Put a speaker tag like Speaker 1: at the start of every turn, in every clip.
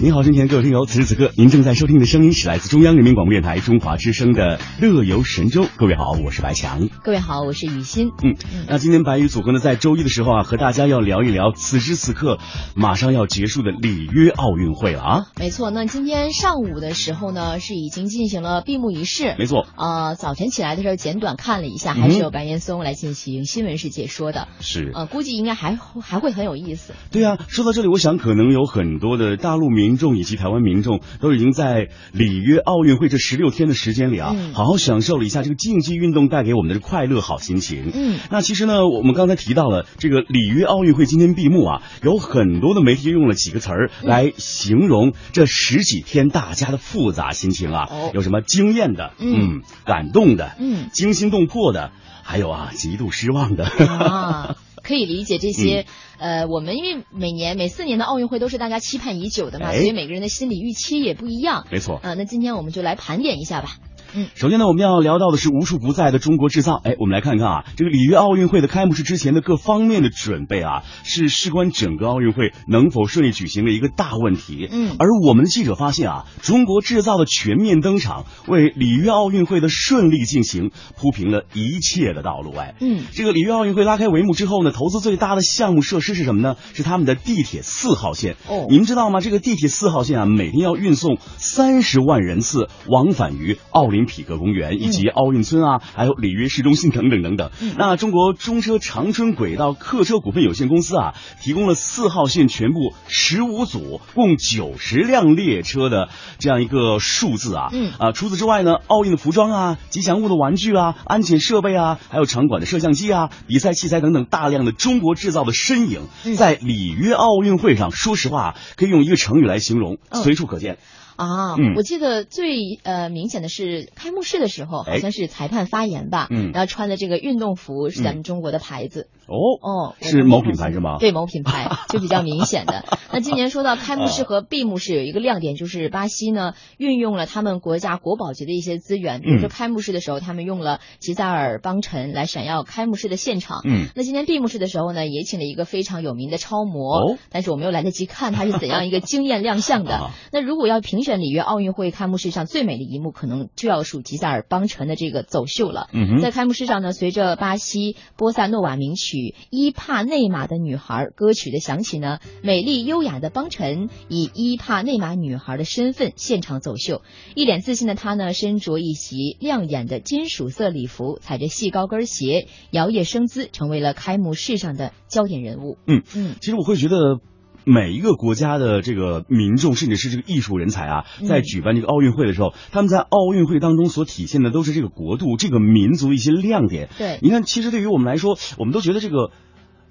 Speaker 1: 您好，身前各位听友，此时此刻您正在收听的声音是来自中央人民广播电台中华之声的《乐游神州》。各位好，我是白强。
Speaker 2: 各位好，我是雨欣。
Speaker 1: 嗯，那今天白宇组合呢，在周一的时候啊，和大家要聊一聊此时此刻马上要结束的里约奥运会了啊。
Speaker 2: 没错，那今天上午的时候呢，是已经进行了闭幕仪式。
Speaker 1: 没错，
Speaker 2: 呃，早晨起来的时候简短看了一下，
Speaker 1: 嗯
Speaker 2: 还是由白岩松来进行新闻式解说的。
Speaker 1: 是
Speaker 2: 呃，估计应该还还会很有意思。
Speaker 1: 对啊，说到这里，我想可能有很多的大陆民众以及台湾民众都已经在里约奥运会这十六天的时间里啊，
Speaker 2: 嗯
Speaker 1: 好好享受了一下这个竞技运动带给我们的快乐好心情。
Speaker 2: 嗯，
Speaker 1: 那其实呢，我们刚才提到了这个里约奥运会今天闭幕啊，有很多的媒体用了几个词儿
Speaker 2: 嗯
Speaker 1: 来形容这十几天大家的复杂心情啊，
Speaker 2: 哦
Speaker 1: 有什么惊艳的，
Speaker 2: 嗯
Speaker 1: 嗯，感动的，
Speaker 2: 嗯
Speaker 1: 惊心动魄的，还有啊，极度失望 的。
Speaker 2: 啊，可以理解这些。
Speaker 1: 嗯
Speaker 2: 呃，我们因为每年每四年的奥运会都是大家期盼已久的嘛，
Speaker 1: 哎
Speaker 2: 所以每个人的心理预期也不一样。
Speaker 1: 没错，
Speaker 2: 啊，那今天我们就来盘点一下吧。
Speaker 1: 首先呢，我们要聊到的是无处不在的中国制造。哎，我们来看看啊，这个里约奥运会的开幕式之前的各方面的准备啊，是事关整个奥运会能否顺利举行的一个大问题。
Speaker 2: 嗯
Speaker 1: 而我们的记者发现啊，中国制造的全面登场，为里约奥运会的顺利进行铺平了一切的道路。哎，
Speaker 2: 嗯，
Speaker 1: 这个里约奥运会拉开帷幕之后呢，投资最大的项目设施是什么呢？是他们的地铁四号线。
Speaker 2: 哦
Speaker 1: 您知道吗？这个地铁四号线啊，每天要运送三十万人次往返于奥林匹克公园以及奥运村啊，还有里约市中心等等等等。那中国中车长春轨道客车股份有限公司啊，提供了四号线全部十五组共九十辆列车的这样一个数字啊。
Speaker 2: 嗯
Speaker 1: 啊，除此之外呢，奥运的服装啊、吉祥物的玩具啊、安检设备啊，还有场馆的摄像机啊、比赛器材等等，大量的中国制造的身影，
Speaker 2: 嗯
Speaker 1: 在里约奥运会上，说实话，可以用一个成语来形容，
Speaker 2: 嗯
Speaker 1: 随处可见。
Speaker 2: 啊，
Speaker 1: 嗯
Speaker 2: 我记得最呃明显的是开幕式的时候，
Speaker 1: 哎
Speaker 2: 好像是裁判发言吧，
Speaker 1: 嗯
Speaker 2: 然后穿的这个运动服是咱们中国的牌子，
Speaker 1: 哦，
Speaker 2: 哦，我
Speaker 1: 是
Speaker 2: 们
Speaker 1: 某
Speaker 2: 看
Speaker 1: 品牌
Speaker 2: 见
Speaker 1: 是吗
Speaker 2: 对，某品 牌就比较明显的。那今年说到开幕式和闭幕式有一个亮点，就是巴西呢运用了他们国家国宝级的一些资源，比如说
Speaker 1: 嗯
Speaker 2: 开幕式的时候，他们用了吉塞尔邦辰来闪耀开幕式的现场。
Speaker 1: 嗯，
Speaker 2: 那今天闭幕式的时候呢，也请了一个非常有名的超模，
Speaker 1: 哦
Speaker 2: 但是我没有来得及看他是怎样一个惊艳亮相的。
Speaker 1: 啊
Speaker 2: 那如果要评选里约奥运会开幕式上最美的一幕，可能就要数吉塞尔邦辰的这个走秀了。
Speaker 1: 嗯哼，
Speaker 2: 在开幕式上呢，随着巴西波萨诺瓦名曲《伊帕内玛的女孩》歌曲的响起呢，美丽优雅的邦辰以伊帕内玛女孩的身份现场走秀，一脸自信的她呢，身着一袭亮眼的金属色礼服，踩着细高跟鞋，摇曳生姿，成为了开幕式上的焦点人物。
Speaker 1: 嗯
Speaker 2: 嗯，
Speaker 1: 其实我会觉得。每一个国家的这个民众，甚至是这个艺术人才啊，
Speaker 2: 嗯
Speaker 1: 在举办这个奥运会的时候，他们在奥运会当中所体现的都是这个国度、这个民族一些亮点。
Speaker 2: 对，
Speaker 1: 你看，其实对于我们来说，我们都觉得这个。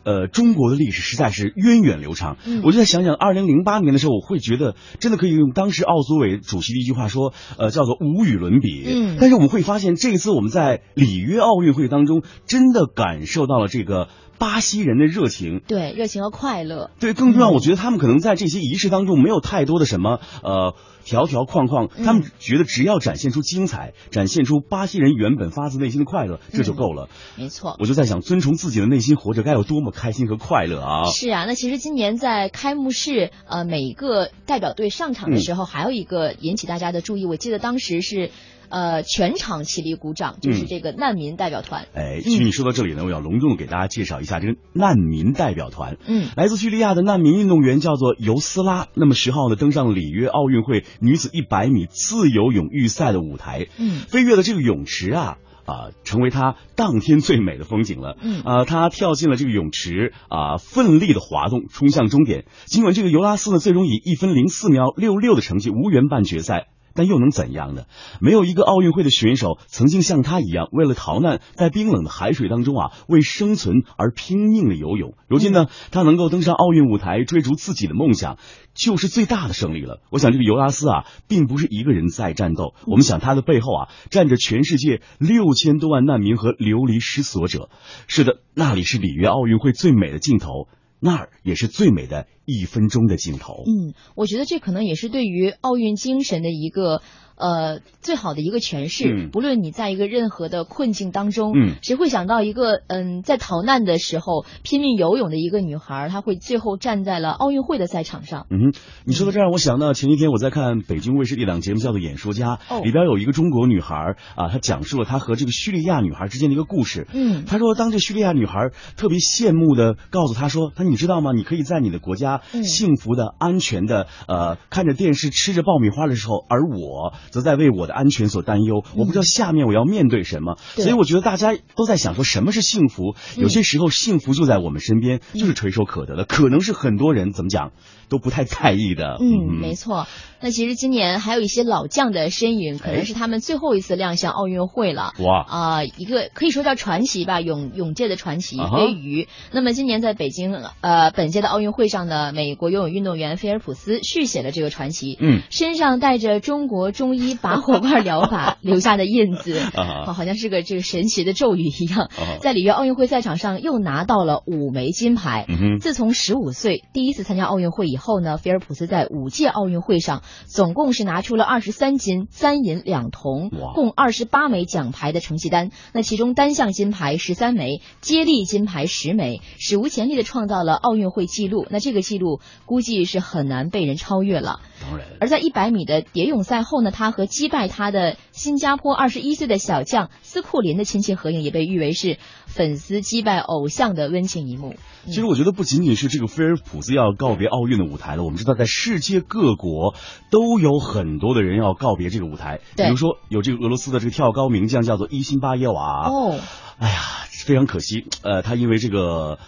Speaker 1: 呃，中国的历史实在是源远流长。
Speaker 2: 嗯
Speaker 1: 我就在想想，二零零八年的时候，我会觉得真的可以用当时奥组委主席的一句话说，呃，叫做无与伦比。
Speaker 2: 嗯
Speaker 1: 但是我们会发现，这一次我们在里约奥运会当中，真的感受到了这个巴西人的热情。
Speaker 2: 对，热情和快乐。
Speaker 1: 对，更重要，
Speaker 2: 嗯
Speaker 1: 我觉得他们可能在这些仪式当中没有太多的什么呃条条框框，
Speaker 2: 嗯
Speaker 1: 他们觉得只要展现出精彩，展现出巴西人原本发自内心的快乐，这就
Speaker 2: 嗯
Speaker 1: 够了。
Speaker 2: 没错，
Speaker 1: 我就在想，遵从自己的内心活着，该有多么开心和快乐啊！
Speaker 2: 是啊，那其实今年在开幕式，呃，每一个代表队上
Speaker 1: 嗯
Speaker 2: 场的时候，还有一个引起大家的注意，我记得当时是，呃，全场起立鼓掌，就是
Speaker 1: 嗯
Speaker 2: 这个难民代表团。
Speaker 1: 哎，其实你说到这里呢，我要隆重的给大家介绍一下这个难民代表团。
Speaker 2: 嗯，
Speaker 1: 来自叙利亚的难民运动员叫做尤斯拉，那么十号呢登上里约奥运会女子一百米自由泳预赛的舞台，
Speaker 2: 嗯
Speaker 1: 飞跃的这个泳池啊啊、成为她当天最美的风景了。
Speaker 2: 嗯
Speaker 1: 啊，他跳进了这个泳池啊，奋力的滑动冲向终点。尽管这个尤拉斯呢，最终以一分零四秒六六的成绩无缘半决赛。但又能怎样呢？没有一个奥运会的选手曾经像他一样，为了逃难，在冰冷的海水当中啊，为生存而拼命的游泳。如今呢，他能够登上奥运舞台，追逐自己的梦想，就是最大的胜利了。我想，这个尤拉斯啊，并不是一个人在战斗。我们想，他的背后啊，站着全世界六千多万难民和流离失所者。是的，那里是里约奥运会最美的镜头，那儿也是最美的一分钟的镜头。
Speaker 2: 嗯，我觉得这可能也是对于奥运精神的一个。呃最好的一个诠释。
Speaker 1: 嗯
Speaker 2: 不论你在一个任何的困境当中，
Speaker 1: 嗯
Speaker 2: 谁会想到一个嗯在逃难的时候拼命游泳的一个女孩，她会最后站在了奥运会的赛场上？
Speaker 1: 嗯，你说到这儿，我想到前几天我在看北京卫视一档节目叫做《演说家》，
Speaker 2: 哦
Speaker 1: 里边有一个中国女孩儿啊，她讲述了她和这个叙利亚女孩之间的一个故事。
Speaker 2: 嗯
Speaker 1: 她说，当这叙利亚女孩儿特别羡慕的告诉她说：“她说你知道吗？你可以在你的国家
Speaker 2: 嗯
Speaker 1: 幸福的、安全的，呃，看着电视吃着爆米花的时候，而我则在为我的安全所担忧。我不知道下面我要面对什么，
Speaker 2: 对
Speaker 1: 所以我觉得大家都在想说什么是幸福。有些时候，幸福就在我们身边，
Speaker 2: 嗯
Speaker 1: 就是垂手可得的，可能是很多人怎么讲都不太在意的。
Speaker 2: 嗯，没错。那其实今年还有一些老将的身影，可
Speaker 1: 哎
Speaker 2: 能是他们最后一次亮相奥运会了。
Speaker 1: 哇，
Speaker 2: 啊、一个可以说叫传奇吧，泳泳界的传奇
Speaker 1: 啊哈
Speaker 2: 飞鱼。那么今年在北京呃本届的奥运会上呢，美国游泳运动员菲尔普斯续写了这个传奇，
Speaker 1: 嗯
Speaker 2: 身上带着中国中医拔火罐疗 法留下的印子，哦
Speaker 1: 啊
Speaker 2: 好好像是个这个神奇的咒语一样，
Speaker 1: 啊，
Speaker 2: 在里约奥运会赛场上又拿到了五枚金牌。
Speaker 1: 嗯哼。
Speaker 2: 自从十五岁第一次参加奥运会以后呢，菲尔普斯在五届奥运会上总共是拿出了二十三金、三银、两铜
Speaker 1: 哇，
Speaker 2: 共二十八枚奖牌的成绩单。那其中单项金牌十三枚，接力金牌十枚，史无前例的创造了奥运会纪录。那这个纪录估计是很难被人超越了。
Speaker 1: 当然，
Speaker 2: 而在一百米的蝶泳赛后呢，他和击败他的新加坡二十一岁的小将斯库林的亲切合影，也被誉为是粉丝击败偶像的温情一幕。
Speaker 1: 其实我觉得不仅仅是这个菲尔普斯要告别奥运的舞台了，我们知道在世界各国都有很多的人要告别这个舞台，比
Speaker 2: 对
Speaker 1: 如说有这个俄罗斯的这个跳高名将叫做伊辛巴耶娃，
Speaker 2: 哦，
Speaker 1: 哎呀，非常可惜，呃，他因为这个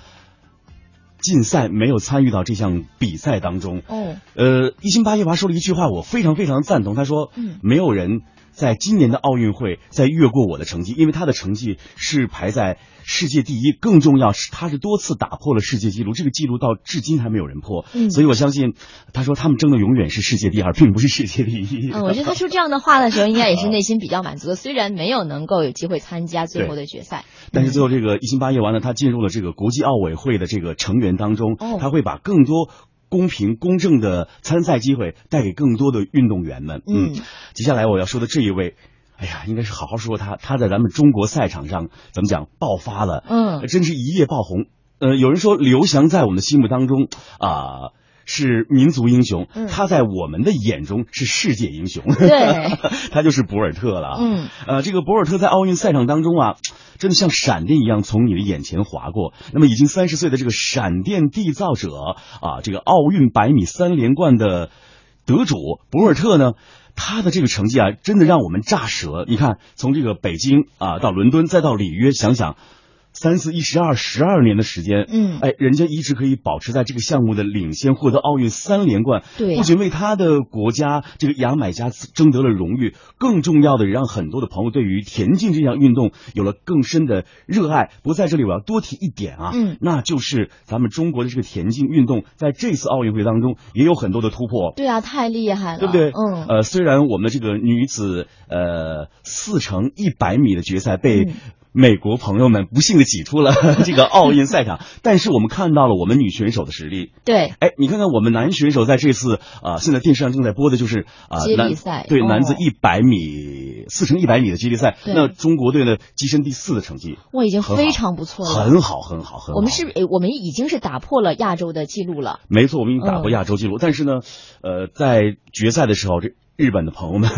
Speaker 1: 禁赛没有参与到这项比赛当中，
Speaker 2: 哦，
Speaker 1: 呃，伊辛巴耶娃说了一句话，我非常非常赞同。他说，
Speaker 2: 嗯
Speaker 1: 没有人在今年的奥运会再越过我的成绩，因为他的成绩是排在世界第一，更重要是他是多次打破了世界纪录，这个纪录到至今还没有人破。
Speaker 2: 嗯
Speaker 1: 所以我相信，他说他们争的永远是世界第二，并不是世界第一。
Speaker 2: 嗯，我觉得他说这样的话的时候，应该也是内心比较满足的，虽然没有能够有机会参加最后的决赛。
Speaker 1: 但是最后这个伊辛巴耶娃呢，他进入了这个国际奥委会的这个成员当中，
Speaker 2: 哦
Speaker 1: 他会把更多。公平公正的参赛机会带给更多的运动员们。
Speaker 2: 嗯
Speaker 1: 接下来我要说的这一位，哎呀，应该是好好说说他，他在咱们中国赛场上怎么讲爆发了，呃
Speaker 2: 嗯
Speaker 1: 真是一夜爆红。呃，有人说刘翔在我们的心目当中啊、是民族英雄，
Speaker 2: 嗯
Speaker 1: 他在我们的眼中是世界英雄。
Speaker 2: 对，
Speaker 1: 他就是博尔特了啊。
Speaker 2: 嗯
Speaker 1: 呃，这个博尔特在奥运赛场当中啊，真的像闪电一样从你的眼前划过。那么，已经三十岁的这个闪电缔造者啊，这个奥运百米三连冠的得主博尔特呢，他的这个成绩啊，真的让我们炸舌。你看，从这个北京啊到伦敦，再到里约，想想三四一十二十二年的时间，
Speaker 2: 嗯，
Speaker 1: 哎，人家一直可以保持在这个项目的领先，获得奥运三连冠，
Speaker 2: 对呀
Speaker 1: 不仅为他的国家这个牙买加争得了荣誉，更重要的让很多的朋友对于田径这项运动有了更深的热爱。不过在这里我要多提一点啊，
Speaker 2: 嗯
Speaker 1: 那就是咱们中国的这个田径运动在这次奥运会当中也有很多的突破。
Speaker 2: 对啊，太厉害了，
Speaker 1: 对不对？
Speaker 2: 嗯，
Speaker 1: 呃，虽然我们的这个女子呃四乘一百米的决赛被
Speaker 2: 嗯
Speaker 1: 美国朋友们不幸的挤出 了这个奥运赛场，但是我们看到了我们女选手的实力。
Speaker 2: 对，
Speaker 1: 哎，你看看我们男选手在这次啊、呃现在电视上正在播的就是啊、
Speaker 2: 接力
Speaker 1: 男
Speaker 2: 赛
Speaker 1: 对、
Speaker 2: 哦
Speaker 1: 男子一百米四乘一百米的接力赛，
Speaker 2: 对
Speaker 1: 那中国队呢跻身第四的成绩，
Speaker 2: 我已经
Speaker 1: 很好
Speaker 2: 非常不错了。
Speaker 1: 很好很好很好。
Speaker 2: 我们是，诶我们已经是打破了亚洲的记录了。
Speaker 1: 没错，我们已经打破
Speaker 2: 嗯
Speaker 1: 亚洲纪录，但是呢，呃，在决赛的时候，这日本的朋友们，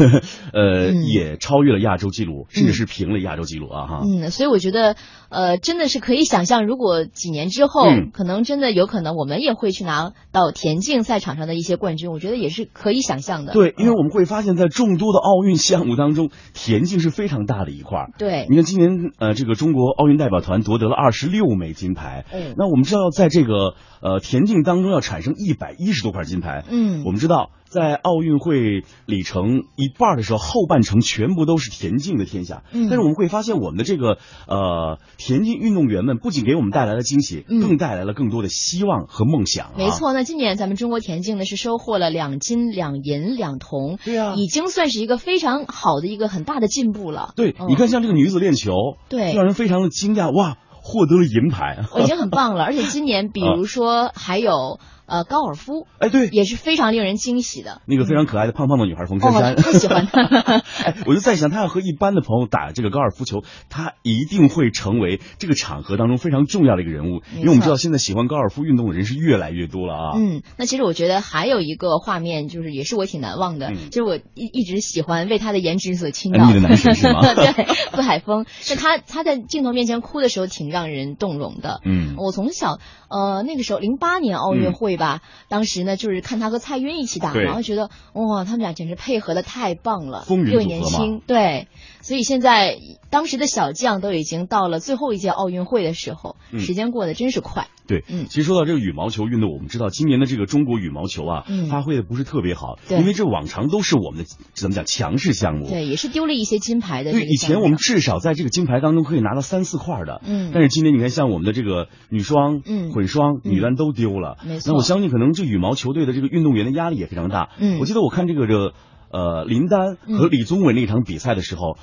Speaker 1: 呃，
Speaker 2: 嗯
Speaker 1: 也超越了亚洲纪录，甚至是平了亚洲纪录啊！哈，
Speaker 2: 嗯，所以我觉得，呃，真的是可以想象，如果几年之后，
Speaker 1: 嗯
Speaker 2: 可能真的有可能我们也会去拿到田径赛场上的一些冠军，我觉得也是可以想象的。
Speaker 1: 对，因为我们会发现，在众多的奥运项目当中，田径是非常大的一块儿。
Speaker 2: 嗯对，
Speaker 1: 你看，今年呃，这个中国奥运代表团夺得了二十六枚金牌。
Speaker 2: 嗯
Speaker 1: 那我们知道，在这个呃田径当中要产生一百一十多块金牌，
Speaker 2: 嗯
Speaker 1: 我们知道，在奥运会里程一半儿的时候，后半程全部都是田径的天下。
Speaker 2: 嗯
Speaker 1: 但是我们会发现，我们的这个呃田径运动员们不仅给我们带来了惊喜，
Speaker 2: 嗯
Speaker 1: 更带来了更多的希望和梦想、啊。
Speaker 2: 没，错，那今年咱们中国田径呢是收获了两金、两银、两铜，
Speaker 1: 对啊
Speaker 2: 已经算是一个非常好的一个很大的进步了。
Speaker 1: 对，
Speaker 2: 嗯
Speaker 1: 你看像这个女子练球，
Speaker 2: 对
Speaker 1: 让人非常的惊讶，哇，获得了银牌。
Speaker 2: 我已经很棒了，而且今年比如说还有呃高尔夫，
Speaker 1: 哎，对，
Speaker 2: 也是非常令人惊喜的。
Speaker 1: 那个非常可爱的胖胖的女孩冯
Speaker 2: 哦
Speaker 1: 珊，珊，
Speaker 2: 太喜欢 她了。
Speaker 1: 哎，我就在想，她要和一般的朋友打这个高尔夫球，她一定会成为这个场合当中非常重要的一个人物，因为我们
Speaker 2: 没错
Speaker 1: 知道现在喜欢高尔夫运动的人是越来越多了啊。
Speaker 2: 嗯，那其实我觉得还有一个画面，就是也是我挺难忘的，
Speaker 1: 嗯
Speaker 2: 就是我一一直喜欢为他的颜值所倾
Speaker 1: 哎
Speaker 2: 倒。
Speaker 1: 你的男神是 吗
Speaker 2: 对，傅海峰，那他他在镜头面前哭的时候，挺让人动容的。
Speaker 1: 嗯，
Speaker 2: 我从小，呃，那个时候零八年奥运
Speaker 1: 嗯
Speaker 2: 会吧，当时呢就是看他和蔡赟一起打嘛，
Speaker 1: 对
Speaker 2: 然后觉得哇，他们俩简直配合的太棒了，
Speaker 1: 风云
Speaker 2: 又
Speaker 1: 组合
Speaker 2: 年
Speaker 1: 嘛
Speaker 2: 轻，对，所以现在当时的小将都已经到了最后一届奥运会的时候，
Speaker 1: 嗯
Speaker 2: 时间过得真是快，
Speaker 1: 对，
Speaker 2: 嗯
Speaker 1: 其实说到这个羽毛球运动，我们知道今年的这个中国羽毛球啊，
Speaker 2: 嗯
Speaker 1: 发挥的不是特别好，
Speaker 2: 对
Speaker 1: 因为这往常都是我们的怎么讲强势项目。
Speaker 2: 对，也是丢了一些金牌的这
Speaker 1: 哦对，
Speaker 2: 个
Speaker 1: 以前
Speaker 2: 项
Speaker 1: 我们
Speaker 2: 目
Speaker 1: 至少在这个金牌当中可以拿到三四块的，
Speaker 2: 嗯
Speaker 1: 但是今年你看，像我们的这个女双、
Speaker 2: 嗯
Speaker 1: 混双、
Speaker 2: 嗯
Speaker 1: 女单都丢了，
Speaker 2: 没错
Speaker 1: 那我相信可能这羽毛球队的这个运动员的压力也非常大。
Speaker 2: 嗯
Speaker 1: 我记得我看这个这个呃林丹和
Speaker 2: 嗯
Speaker 1: 李宗伟那场比赛的时候。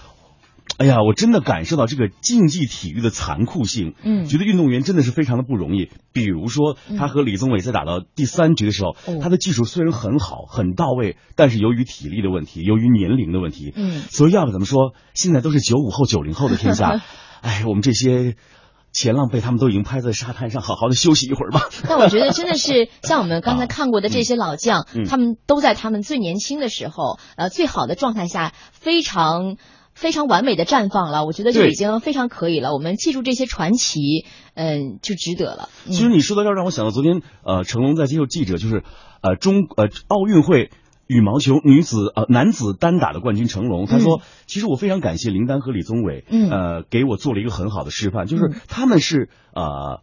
Speaker 1: 哎呀，我真的感受到这个竞技体育的残酷性，
Speaker 2: 嗯
Speaker 1: 觉得运动员真的是非常的不容易。比如说，他和李宗伟在打到第三局的时候，
Speaker 2: 哦
Speaker 1: 他的技术虽然很好、很到位，但是由于体力的问题，由于年龄的问题，
Speaker 2: 嗯
Speaker 1: 所以要不怎么说，现在都是九五后、九零后的天 下。哎，我们这些前浪被他们都已经拍在沙滩上，好好的休息一会儿吧。
Speaker 2: 但我觉得真的是像我们刚才看过的这些老将，
Speaker 1: 啊嗯
Speaker 2: 他们都在他们最年轻的时候，呃，最好的状态下，非常非常完美的绽放了。我觉得就
Speaker 1: 对
Speaker 2: 已经非常可以了。我们记住这些传奇，嗯，就值得了。嗯
Speaker 1: 其实你说到这儿，让我想到昨天，呃，成龙在接受记者，就是，呃，中呃奥运会羽毛球女子呃男子单打的冠军成龙，他说，其实我非常感谢林丹和李宗伟，
Speaker 2: 嗯
Speaker 1: 呃，给我做了一个很好的示范，就
Speaker 2: 嗯
Speaker 1: 是他们是呃。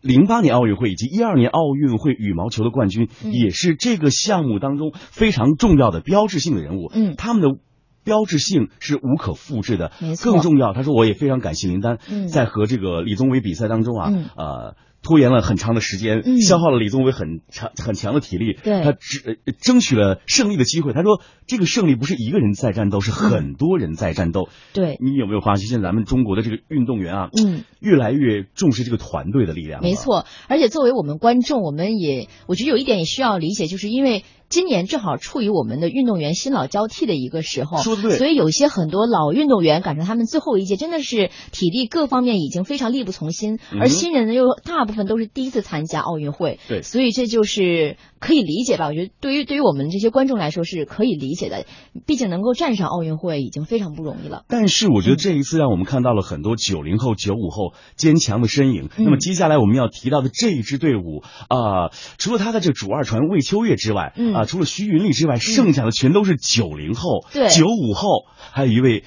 Speaker 1: 零八年奥运会以及一二年奥运会羽毛球的冠军，
Speaker 2: 嗯
Speaker 1: 也是这个项目当中非常重要的标志性的人物。
Speaker 2: 嗯
Speaker 1: 他们的标志性是无可复制的。
Speaker 2: 没错
Speaker 1: 更重要，他说我也非常感谢林丹，
Speaker 2: 嗯
Speaker 1: 在和这个李宗伟比赛当中啊，
Speaker 2: 嗯
Speaker 1: 呃。拖延了很长的时间，
Speaker 2: 嗯
Speaker 1: 消耗了李宗伟很长很强的体力，
Speaker 2: 对
Speaker 1: 他只呃争取了胜利的机会。他说，这个胜利不是一个人在战
Speaker 2: 嗯
Speaker 1: 斗，是很多人在战斗。
Speaker 2: 对，
Speaker 1: 你有没有发现，现在咱们中国的这个运动员啊，
Speaker 2: 嗯，
Speaker 1: 越来越重视这个团队的力量？
Speaker 2: 没，错，而且作为我们观众，我们也我觉得有一点也需要理解，就是因为今年正好处于我们的运动员新老交替的一个时候，
Speaker 1: 说得对
Speaker 2: 所以有些很多老运动员赶上他们最后一届，真的是体力各方面已经非常力不从心，
Speaker 1: 嗯哼
Speaker 2: 而新人呢又大部分都是第一次参加奥运会，
Speaker 1: 对
Speaker 2: 所以这就是可以理解吧？我觉得对于对于我们这些观众来说是可以理解的，毕竟能够站上奥运会已经非常不容易了。
Speaker 1: 但是我觉得
Speaker 2: 嗯
Speaker 1: 这一次让我们看到了很多九零后、九五后坚强的身影。
Speaker 2: 嗯
Speaker 1: 那么接下来我们要提到的这一支队伍啊、除了他的这主二传魏秋月之外，啊、
Speaker 2: 嗯
Speaker 1: 除了徐云丽之外，剩下的全都是九零后、
Speaker 2: 对
Speaker 1: 九五后，还有一位。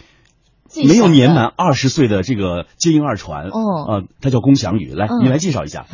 Speaker 2: 最
Speaker 1: 没有
Speaker 2: 小的
Speaker 1: 年满二十岁的这个接应二传，
Speaker 2: 哦
Speaker 1: 呃，他叫龚翔宇，来，
Speaker 2: 嗯
Speaker 1: 你来介绍一下。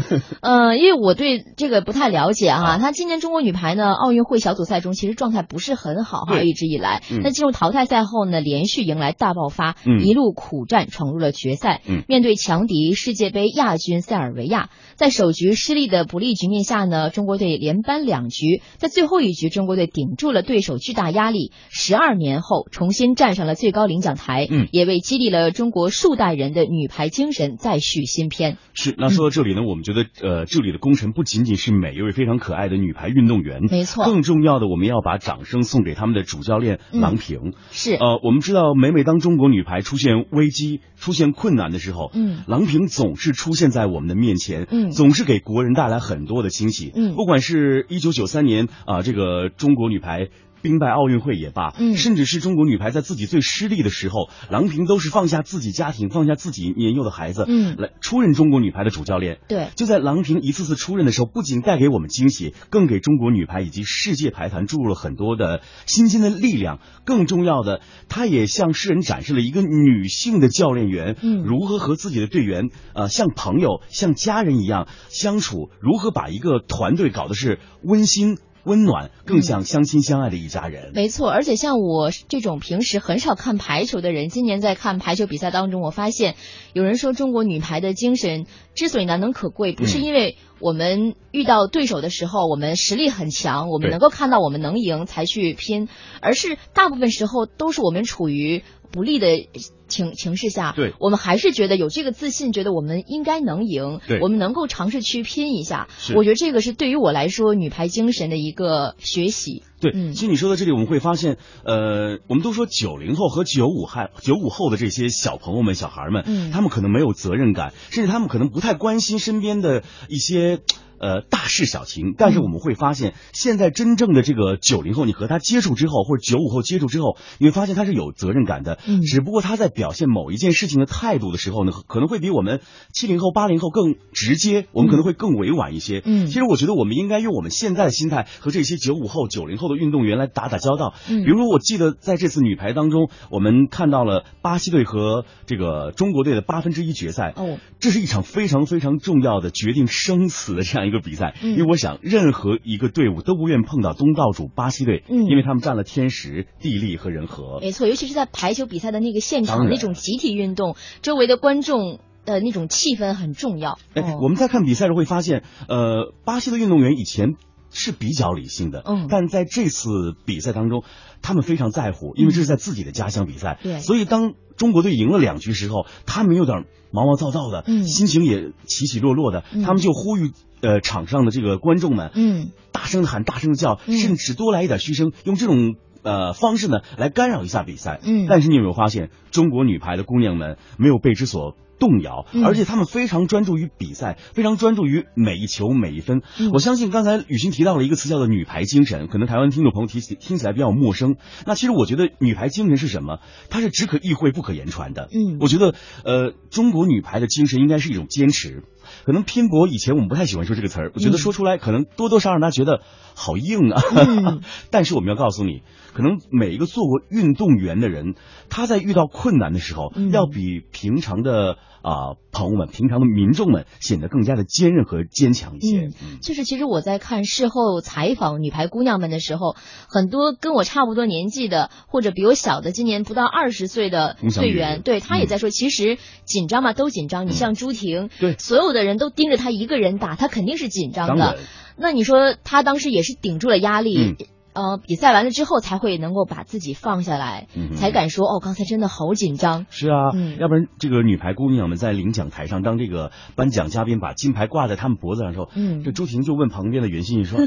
Speaker 2: 嗯，因为我对这个不太了解哈、
Speaker 1: 啊
Speaker 2: 她今年中国女排呢，奥运会小组赛中其实状态不是很好哈，
Speaker 1: 对
Speaker 2: 一直以来。
Speaker 1: 嗯
Speaker 2: 那进入淘汰赛后呢，连续迎来大爆发，
Speaker 1: 嗯
Speaker 2: 一路苦战闯入了决赛。
Speaker 1: 嗯
Speaker 2: 面对强敌世界杯亚军塞尔维亚，在首局失利的不利局面下呢，中国队连扳两局，在最后一局中国队顶住了对手巨大压力，十二年后重新站上了最高领奖台，
Speaker 1: 嗯
Speaker 2: 也为激励了中国数代人的女排精神再续新篇。
Speaker 1: 是，那说到这里呢，我们觉得，呃，这里的功臣不仅仅是每一位非常可爱的女排运动员，
Speaker 2: 没错
Speaker 1: 更重要的，我们要把掌声送给他们的主教练
Speaker 2: 嗯
Speaker 1: 郎平。
Speaker 2: 是，
Speaker 1: 呃，我们知道，每每当中国女排出现危机、出现困难的时候，
Speaker 2: 嗯
Speaker 1: 郎平总是出现在我们的面前，
Speaker 2: 嗯
Speaker 1: 总是给国人带来很多的惊喜，
Speaker 2: 嗯
Speaker 1: 不管是一九九三年啊、这个中国女排。兵败奥运会也罢，
Speaker 2: 嗯
Speaker 1: 甚至是中国女排在自己最失利的时候，郎平都是放下自己家庭，放下自己年幼的孩子，
Speaker 2: 嗯
Speaker 1: 来出任中国女排的主教练。
Speaker 2: 对。
Speaker 1: 就在郎平一次次出任的时候，不仅带给我们惊喜，更给中国女排以及世界排坛注入了很多的新鲜的力量。更重要的，她也向世人展示了一个女性的教练员、
Speaker 2: 嗯
Speaker 1: 如何和自己的队员，呃，像朋友、像家人一样相处，如何把一个团队搞得是温馨、温暖，更像相亲相爱的一家人。
Speaker 2: 没错，而且像我这种平时很少看排球的人，今年在看排球比赛当中，我发现有人说中国女排的精神之所以难能可贵，不是
Speaker 1: 嗯
Speaker 2: 因为我们遇到对手的时候，我们实力很强，我们
Speaker 1: 对
Speaker 2: 能够看到我们能赢才去拼，而是大部分时候都是我们处于不利的情情势下，
Speaker 1: 对
Speaker 2: 我们还是觉得有这个自信，觉得我们应该能赢，
Speaker 1: 对
Speaker 2: 我们能够尝试去拼一下。
Speaker 1: 是
Speaker 2: 我觉得这个是对于我来说女排精神的一个学习。
Speaker 1: 对，
Speaker 2: 嗯
Speaker 1: 其实你说到这里，我们会发现，呃，我们都说九零后和九五后、九五后的这些小朋友们、小孩们，
Speaker 2: 嗯
Speaker 1: 他们可能没有责任感，甚至他们可能不太关心身边的一些。呃，大事小情，但
Speaker 2: 嗯
Speaker 1: 是我们会发现，现在真正的这个九零后，你和他接触之后，或者九五后接触之后，你会发现他是有责任感的，
Speaker 2: 嗯
Speaker 1: 只不过他在表现某一件事情的态度的时候呢，可能会比我们七零后、八零后更直接，我们可能会更委婉一些。
Speaker 2: 嗯
Speaker 1: 其实我觉得我们应该用我们现在的心态和这些九五后、九零后的运动员来打打交道。
Speaker 2: 嗯
Speaker 1: 比如说，我记得在这次女排当中，我们看到了巴西队和这个中国队的八分之一决赛。
Speaker 2: 哦，
Speaker 1: 这是一场非常非常重要的决定生死的这样一个比赛，
Speaker 2: 嗯
Speaker 1: 因为我想任何一个队伍都不愿碰到东道主巴西队，
Speaker 2: 嗯
Speaker 1: 因为他们占了天时、地利和人和。
Speaker 2: 没错，尤其是在排球比赛的那个现
Speaker 1: 当
Speaker 2: 场，
Speaker 1: 然
Speaker 2: 那种集体运动，周围的观众的那种气氛很重要。
Speaker 1: 哎，
Speaker 2: 哦
Speaker 1: 我们在看比赛时会发现，呃，巴西的运动员以前是比较理性的，
Speaker 2: 嗯
Speaker 1: 但在这次比赛当中，他们非常在乎，因为这是在自己的家乡比赛，
Speaker 2: 嗯对
Speaker 1: 所以当中国队赢了两局时候，他们有点毛毛躁躁的，
Speaker 2: 嗯
Speaker 1: 心情也起起落落的，
Speaker 2: 嗯
Speaker 1: 他们就呼吁。呃，场上的这个观众们，
Speaker 2: 嗯，
Speaker 1: 大声的喊，大声的叫，
Speaker 2: 嗯
Speaker 1: 甚至多来一点嘘声，用这种呃方式呢来干扰一下比赛。
Speaker 2: 嗯
Speaker 1: 但是你有没有发现，中国女排的姑娘们没有被之所动摇，
Speaker 2: 嗯
Speaker 1: 而且她们非常专注于比赛，非常专注于每一球每一分。
Speaker 2: 嗯
Speaker 1: 我相信刚才雨欣提到了一个词叫做“女排精神”，可能台湾听众朋友提起听起来比较陌生。那其实我觉得女排精神是什么？它是只可意会不可言传的。
Speaker 2: 嗯
Speaker 1: 我觉得呃，中国女排的精神应该是一种坚持。可能拼搏以前我们不太喜欢说这个词儿，我觉得说出来可能多多少少让大家觉得好硬啊。
Speaker 2: 嗯
Speaker 1: 但是我们要告诉你，可能每一个做过运动员的人，他在遇到困难的时候，
Speaker 2: 嗯
Speaker 1: 要比平常的啊、朋友们、平常的民众们显得更加的坚韧和坚强一些。嗯
Speaker 2: 就是其实我在看事后采访女排姑娘们的时候，很多跟我差不多年纪的，或者比我小的，今年不到二十岁的
Speaker 1: 龚翔
Speaker 2: 队
Speaker 1: 宇
Speaker 2: 员，对她也
Speaker 1: 嗯
Speaker 2: 在说，其实紧张嘛，都紧张。你像朱婷，
Speaker 1: 对
Speaker 2: 所有的人都盯着她一个人打，她肯定是紧张
Speaker 1: 当
Speaker 2: 的
Speaker 1: 然。，嗯
Speaker 2: 那你说她当时也是顶住了压力。呃，比赛完了之后才会能够把自己放下来，
Speaker 1: 嗯哼
Speaker 2: 才敢说哦，刚才真的好紧张。
Speaker 1: 是啊，
Speaker 2: 嗯
Speaker 1: 要不然这个女排姑娘们在领奖台上，当这个颁奖嘉宾把金牌挂在他们脖子上的时候，
Speaker 2: 嗯
Speaker 1: 这，朱婷就问旁边的袁心熠 说：“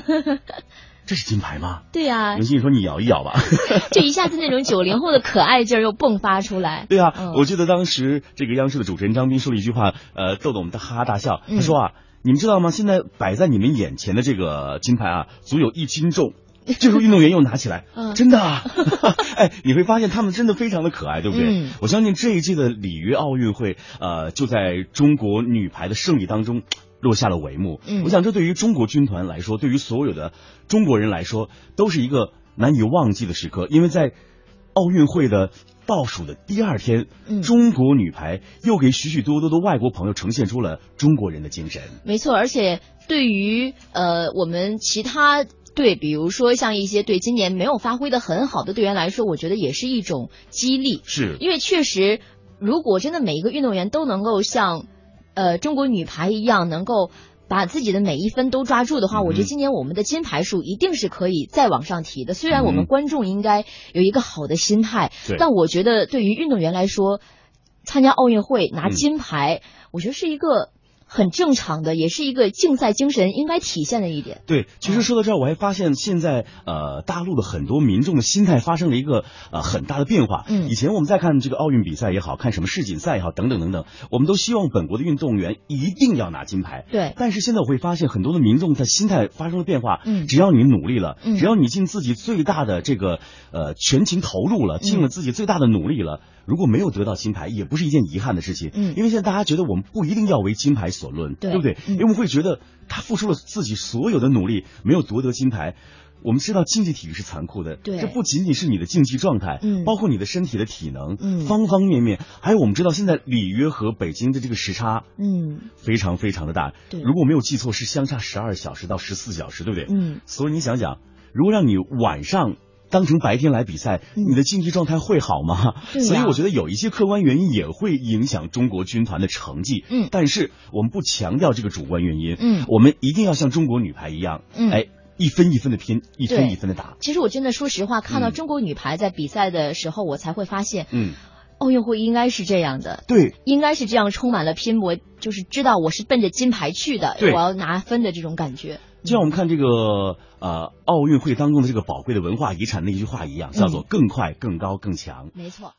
Speaker 1: 这是金牌吗
Speaker 2: 对？”呀、
Speaker 1: 袁心熠说：“你摇一摇吧。”
Speaker 2: 这一下子那种九零后的可爱劲儿又迸发出来。
Speaker 1: 对啊，
Speaker 2: 嗯
Speaker 1: 我记得当时这个央视的主持人张斌说了一句话，呃，逗得我们大哈哈大笑。
Speaker 2: 嗯
Speaker 1: 他说啊，你们知道吗？现在摆在你们眼前的这个金牌啊，足有一斤重。这时候运动员又拿起来，
Speaker 2: 嗯
Speaker 1: 真的啊！ 哎，你会发现他们真的非常的可爱，对不对？
Speaker 2: 嗯
Speaker 1: 我相信这一届的里约奥运会，呃，就在中国女排的胜利当中落下了帷幕。
Speaker 2: 嗯
Speaker 1: 我想这对于中国军团来说，对于所有的中国人来说，都是一个难以忘记的时刻，因为在奥运会的倒数的第二天，
Speaker 2: 嗯
Speaker 1: 中国女排又给许许多多的外国朋友呈现出了中国人的精神。
Speaker 2: 没错，而且对于呃我们其他队，比如说像一些队今年没有发挥的很好的队员来说，我觉得也是一种激励，
Speaker 1: 是，
Speaker 2: 因为确实，如果真的每一个运动员都能够像呃中国女排一样，能够。把自己的每一分都抓住的话，
Speaker 1: 嗯
Speaker 2: 我觉得今年我们的金牌数一定是可以再往上提的。虽然我们
Speaker 1: 嗯
Speaker 2: 观众应该有一个好的心态，
Speaker 1: 对
Speaker 2: 但我觉得对于运动员来说，参加奥运会拿
Speaker 1: 嗯
Speaker 2: 金牌，我觉得是一个很正常的，也是一个竞赛精神应该体现的一点。
Speaker 1: 对，其实说到这儿，我还发现现在呃，大陆的很多民众的心态发生了一个呃很大的变化。
Speaker 2: 嗯
Speaker 1: 以前我们在看这个奥运比赛也好看什么世锦赛也好等等等等，我们都希望本国的运动员一定要拿金牌。
Speaker 2: 对，
Speaker 1: 但是现在我会发现，很多的民众在心态发生了变化。
Speaker 2: 嗯
Speaker 1: 只要你努力了，
Speaker 2: 嗯
Speaker 1: 只要你尽自己最大的这个呃全情投入
Speaker 2: 嗯
Speaker 1: 了，尽了自己最大的努力了，如果没有得到金牌，也不是一件遗憾的事情。
Speaker 2: 嗯
Speaker 1: 因为现在大家觉得我们不一定要为金牌所论，
Speaker 2: 对
Speaker 1: 不对？
Speaker 2: 嗯
Speaker 1: 因为我们会觉得他付出了自己所有的努力，没有夺得金牌。我们知道竞技体育是残酷的，
Speaker 2: 对
Speaker 1: 这不仅仅是你的竞技状态，
Speaker 2: 嗯
Speaker 1: 包括你的身体的体能，
Speaker 2: 嗯
Speaker 1: 方方面面，还有我们知道现在里约和北京的这个时差，
Speaker 2: 嗯
Speaker 1: 非常非常的大。
Speaker 2: 对
Speaker 1: 如果没有记错，是相差十二小时到十四小时，对不对？
Speaker 2: 嗯，
Speaker 1: 所以你想想，如果让你晚上当成白天来比赛，
Speaker 2: 嗯
Speaker 1: 你的竞技状态会好吗？
Speaker 2: 对呀
Speaker 1: 所以我觉得有一些客观原因也会影响中国军团的成绩。
Speaker 2: 嗯
Speaker 1: 但是我们不强调这个主观原因，
Speaker 2: 嗯
Speaker 1: 我们一定要像中国女排一样，
Speaker 2: 嗯
Speaker 1: 哎，一分一分的拼，一分
Speaker 2: 对
Speaker 1: 一分的打。
Speaker 2: 其实我真的说实话，看到
Speaker 1: 嗯
Speaker 2: 中国女排在比赛的时候，我才会发现，
Speaker 1: 嗯，
Speaker 2: 奥运会应该是这样的，
Speaker 1: 对，
Speaker 2: 应该是这样充满了拼搏，就是知道我是奔着金牌去的，
Speaker 1: 对
Speaker 2: 我要拿分的这种感觉。
Speaker 1: 就像我们看这个呃
Speaker 2: 嗯
Speaker 1: 奥运会当中的这个宝贵的文化遗产那一句话一样，叫做“更快、更高、更强”。
Speaker 2: 没错。